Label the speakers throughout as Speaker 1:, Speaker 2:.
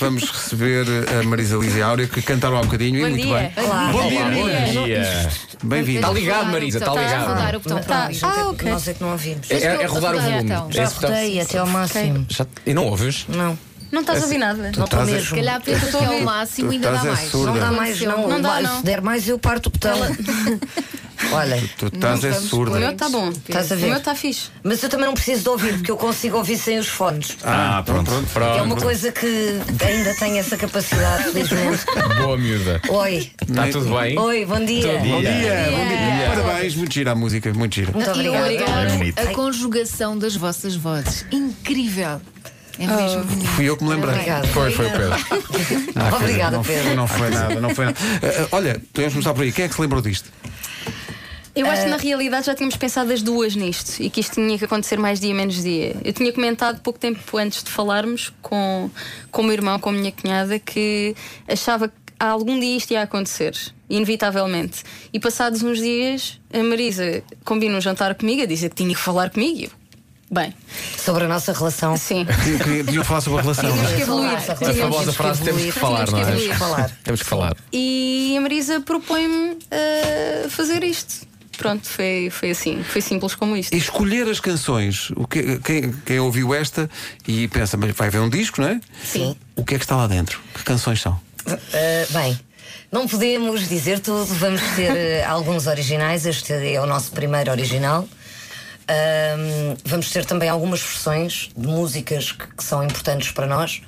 Speaker 1: Vamos receber a Marisa Liz e a Áurea, que cantaram há um bocadinho e
Speaker 2: Ah, Bom
Speaker 1: muito
Speaker 2: dia.
Speaker 1: bem.
Speaker 3: Olá.
Speaker 1: Bom dia,
Speaker 4: Bom
Speaker 1: Marisa.
Speaker 4: dia.
Speaker 1: Bem-vindo.
Speaker 4: Está ligado, Marisa,
Speaker 2: Está
Speaker 4: está
Speaker 2: a rodar
Speaker 4: ligado.
Speaker 2: o botão
Speaker 3: Tá.
Speaker 2: para ouvir.
Speaker 3: Ah,
Speaker 5: Até-
Speaker 3: ok.
Speaker 5: Nós é que não ouvimos.
Speaker 4: É,
Speaker 2: Mas
Speaker 4: é
Speaker 2: que eu-
Speaker 4: rodar o
Speaker 2: rodar,
Speaker 4: volume. É
Speaker 2: então.
Speaker 5: Já
Speaker 4: Esse botão-
Speaker 5: rodei assim. até ao máximo.
Speaker 4: tá- Já- E não ouves?
Speaker 5: Não,
Speaker 2: Não estás
Speaker 6: É
Speaker 2: a ouvir nada.
Speaker 5: não estou
Speaker 1: estás a-
Speaker 2: Se
Speaker 5: mesmo.
Speaker 2: calhar pensa que é o máximo e ainda
Speaker 1: Tu
Speaker 2: dá
Speaker 1: estás é
Speaker 2: mais.
Speaker 1: surda.
Speaker 5: Não dá
Speaker 1: Não
Speaker 5: mais, não.
Speaker 2: Não dá,
Speaker 5: Vai,
Speaker 2: não.
Speaker 5: Se der mais, eu parto o botão. Olha,
Speaker 1: Tu estás é
Speaker 2: Vamos
Speaker 1: surda.
Speaker 2: por
Speaker 6: O meu
Speaker 2: aí.
Speaker 6: está tá bom.
Speaker 5: Estás a
Speaker 6: O
Speaker 5: ver?
Speaker 6: meu está fixe.
Speaker 5: mas eu também não preciso de ouvir, porque eu consigo ouvir sem os fones.
Speaker 4: Ah, pronto.
Speaker 5: É
Speaker 4: Pronto.
Speaker 5: uma coisa que ainda tenho essa capacidade, felizmente.
Speaker 4: Boa miúda.
Speaker 5: Oi,
Speaker 4: Está tudo bem?
Speaker 5: É oi,
Speaker 1: Bom
Speaker 5: bom dia.
Speaker 1: dia, bom dia.
Speaker 2: Yeah.
Speaker 1: Parabéns, muito gira a música, muito gira.
Speaker 5: Muito
Speaker 2: E eu
Speaker 5: obrigada.
Speaker 4: É
Speaker 2: adoro
Speaker 4: bonito.
Speaker 2: a conjugação das vossas vozes. Incrível. É
Speaker 7: Ah.
Speaker 2: mesmo bonito.
Speaker 1: Fui eu que me lembrei.
Speaker 5: Obrigada.
Speaker 1: Foi, foi o Pedro. Ah, coisa,
Speaker 5: Obrigada,
Speaker 1: não,
Speaker 5: Pedro.
Speaker 1: Não foi nada, não foi nada. Ah, ah, olha, podemos começar por aí. Quem é que se lembrou disto?
Speaker 6: Eu acho que
Speaker 5: Ah.
Speaker 6: na realidade já tínhamos pensado as duas nisto e que isto tinha que acontecer mais dia menos dia. Eu tinha comentado pouco tempo antes de falarmos com, com o meu irmão, com a minha cunhada, que achava que algum dia isto ia acontecer, inevitavelmente. E passados uns dias, a Marisa combina um jantar comigo a dizer que tinha que falar comigo. E eu, Bem,
Speaker 5: Sobre a nossa relação.
Speaker 6: sim.
Speaker 1: Tinha que- Tinham que falar sobre a relação. não é?
Speaker 6: Tínhamos que evoluir.
Speaker 5: A
Speaker 4: A
Speaker 6: Tínhamos-
Speaker 4: famosa
Speaker 5: Tínhamos que
Speaker 4: frase temos que
Speaker 5: evoluir,
Speaker 4: falar, não
Speaker 5: tínhamos que
Speaker 4: é?
Speaker 5: evoluir. falar.
Speaker 4: Temos que falar.
Speaker 6: E a Marisa propõe-me a fazer isto. Pronto, foi, foi assim, foi simples como isto.
Speaker 1: Escolher as canções. O que, quem, quem ouviu esta e pensa, mas vai ver um disco, não é?
Speaker 5: Sim.
Speaker 1: O que é que está lá dentro? Que canções são?
Speaker 5: Uh, bem, não podemos dizer tudo, vamos ter eh, alguns originais, este é o nosso primeiro original. Ahm, vamos ter também algumas versões de músicas que, que são importantes para nós.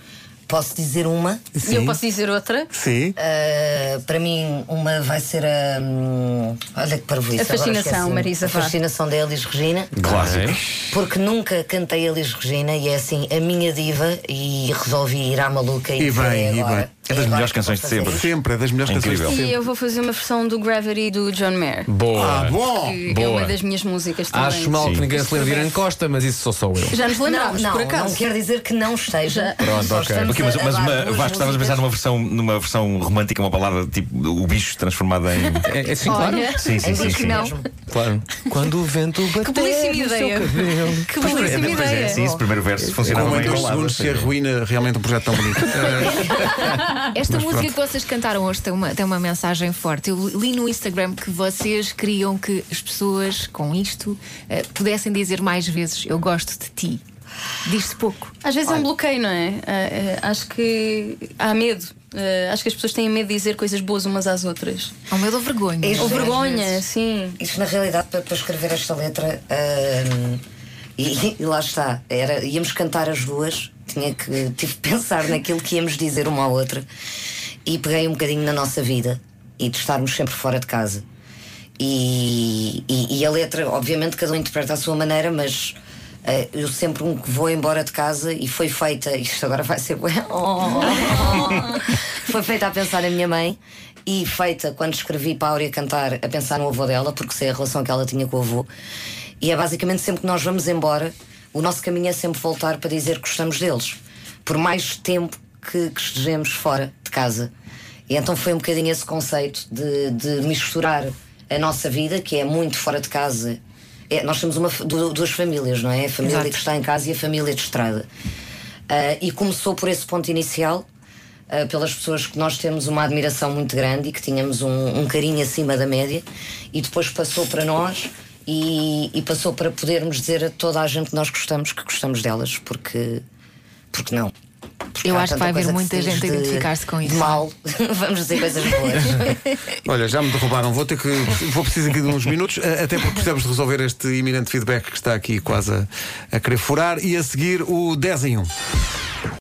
Speaker 5: Posso dizer uma?
Speaker 6: E eu posso dizer outra?
Speaker 1: Sim.
Speaker 5: Ah, para mim, uma vai ser a. hum, olha que parvoíce.
Speaker 6: A
Speaker 5: agora
Speaker 6: Fascinação,
Speaker 5: esqueci-me.
Speaker 6: Marisa,
Speaker 5: A
Speaker 6: vá.
Speaker 5: fascinação da Elis Regina.
Speaker 4: Clássico.
Speaker 5: Porque nunca cantei Elis Regina e é assim a minha diva e resolvi ir à maluca e,
Speaker 1: E
Speaker 5: foi
Speaker 1: bem, e
Speaker 5: agora.
Speaker 1: bem.
Speaker 5: E
Speaker 4: É das
Speaker 5: agora
Speaker 4: melhores
Speaker 5: que eu vou
Speaker 4: canções de
Speaker 5: fazer
Speaker 4: sempre.
Speaker 5: isto.
Speaker 1: Sempre, é das melhores
Speaker 4: Incrível.
Speaker 1: canções de
Speaker 6: E
Speaker 1: sempre.
Speaker 6: eu vou fazer uma versão do Gravity do John Mayer.
Speaker 1: Ah,
Speaker 4: Boa.
Speaker 1: bom!
Speaker 6: que é
Speaker 4: boa.
Speaker 6: uma das minhas músicas também.
Speaker 4: Acho mal que
Speaker 6: Sim.
Speaker 4: ninguém se lembre de Irã Costa, mas isso sou só eu.
Speaker 6: Já nos
Speaker 5: Não,
Speaker 6: lembrámos,
Speaker 5: não,
Speaker 6: por acaso.
Speaker 5: não quer dizer que não esteja.
Speaker 4: Pronto,
Speaker 5: Só
Speaker 4: ok.
Speaker 5: estamos a
Speaker 4: Ok,
Speaker 7: É mas, mas
Speaker 5: dar
Speaker 7: uma,
Speaker 5: duas
Speaker 7: Vasco, estavas a
Speaker 5: músicas.
Speaker 7: pensar numa versão, numa versão romântica, uma palavra tipo o bicho transformada em.
Speaker 4: É, é sim, claro.
Speaker 6: Olha,
Speaker 7: Sim, sim,
Speaker 5: Em
Speaker 7: sim.
Speaker 5: disco
Speaker 7: sim.
Speaker 6: não.
Speaker 4: Claro. Quando o vento bater
Speaker 6: que belíssima
Speaker 4: no seu
Speaker 6: ideia.
Speaker 4: cabelo.
Speaker 6: Que
Speaker 7: Pois,
Speaker 6: belíssima
Speaker 7: pois é,
Speaker 6: ideia.
Speaker 7: sim, esse primeiro verso funcionava
Speaker 1: Como
Speaker 7: bem
Speaker 1: em dois
Speaker 7: embalado.
Speaker 1: segundos se arruína realmente um projeto tão bonito. Eh,
Speaker 2: Esta música que vocês cantaram hoje tem uma, tem uma mensagem forte. Eu li no Instagram que vocês queriam que as pessoas com isto eh, pudessem dizer mais vezes: Eu gosto de ti. Diz-se pouco.
Speaker 6: Às vezes é um bloqueio, não é? Ah, ah, acho que há medo. Ah, acho que as pessoas têm medo de dizer coisas boas umas às outras.
Speaker 2: Ao É um medo ou vergonha.
Speaker 5: Isso.
Speaker 6: Ou
Speaker 5: Sim, às
Speaker 6: vergonha,
Speaker 5: vezes.
Speaker 6: sim.
Speaker 5: Isto na realidade para, para escrever esta letra ahm, e, e lá está, era, íamos cantar as duas, tinha que tive que pensar naquilo que íamos dizer uma à outra e peguei um bocadinho na nossa vida e de estarmos sempre fora de casa. E, e- e a letra, obviamente, cada um interpreta à sua maneira, mas eh, eu sempre um que vou embora de casa e foi feita, isto agora vai ser. bué, oh. Foi feita a pensar na minha mãe e feita quando escrevi para a Áurea cantar a pensar no avô dela, porque sei a relação que ela tinha com o avô. E é basicamente sempre que nós vamos embora, o nosso caminho é sempre voltar para dizer que gostamos deles, por mais tempo que, que estejamos fora de casa. E então foi um bocadinho esse conceito de, de misturar a nossa vida, que é muito fora de casa. É, nós temos uma fa- du- duas famílias, não é? A família
Speaker 2: Exato.
Speaker 5: que está em casa e a família de estrada. Ah, e começou por esse ponto inicial, ah, pelas pessoas que nós temos uma admiração muito grande e que tínhamos um, um carinho acima da média, e depois passou para nós e, e passou para podermos dizer a toda a gente que nós gostamos que gostamos delas, porque, porque não. Porque
Speaker 2: Eu
Speaker 5: há
Speaker 2: acho que
Speaker 5: tanta
Speaker 2: vai haver
Speaker 5: coisa
Speaker 2: muita
Speaker 5: se diz
Speaker 2: gente a
Speaker 5: de-
Speaker 2: identificar-se com
Speaker 5: de
Speaker 2: isso.
Speaker 5: Mal, vamos dizer coisas boas.
Speaker 1: Olha, já me derrubaram, vou ter que. Vou precisar aqui de uns minutos, eh, até porque precisamos de resolver este iminente feedback que está aqui quase a, a querer furar. E a seguir o 10 em 1.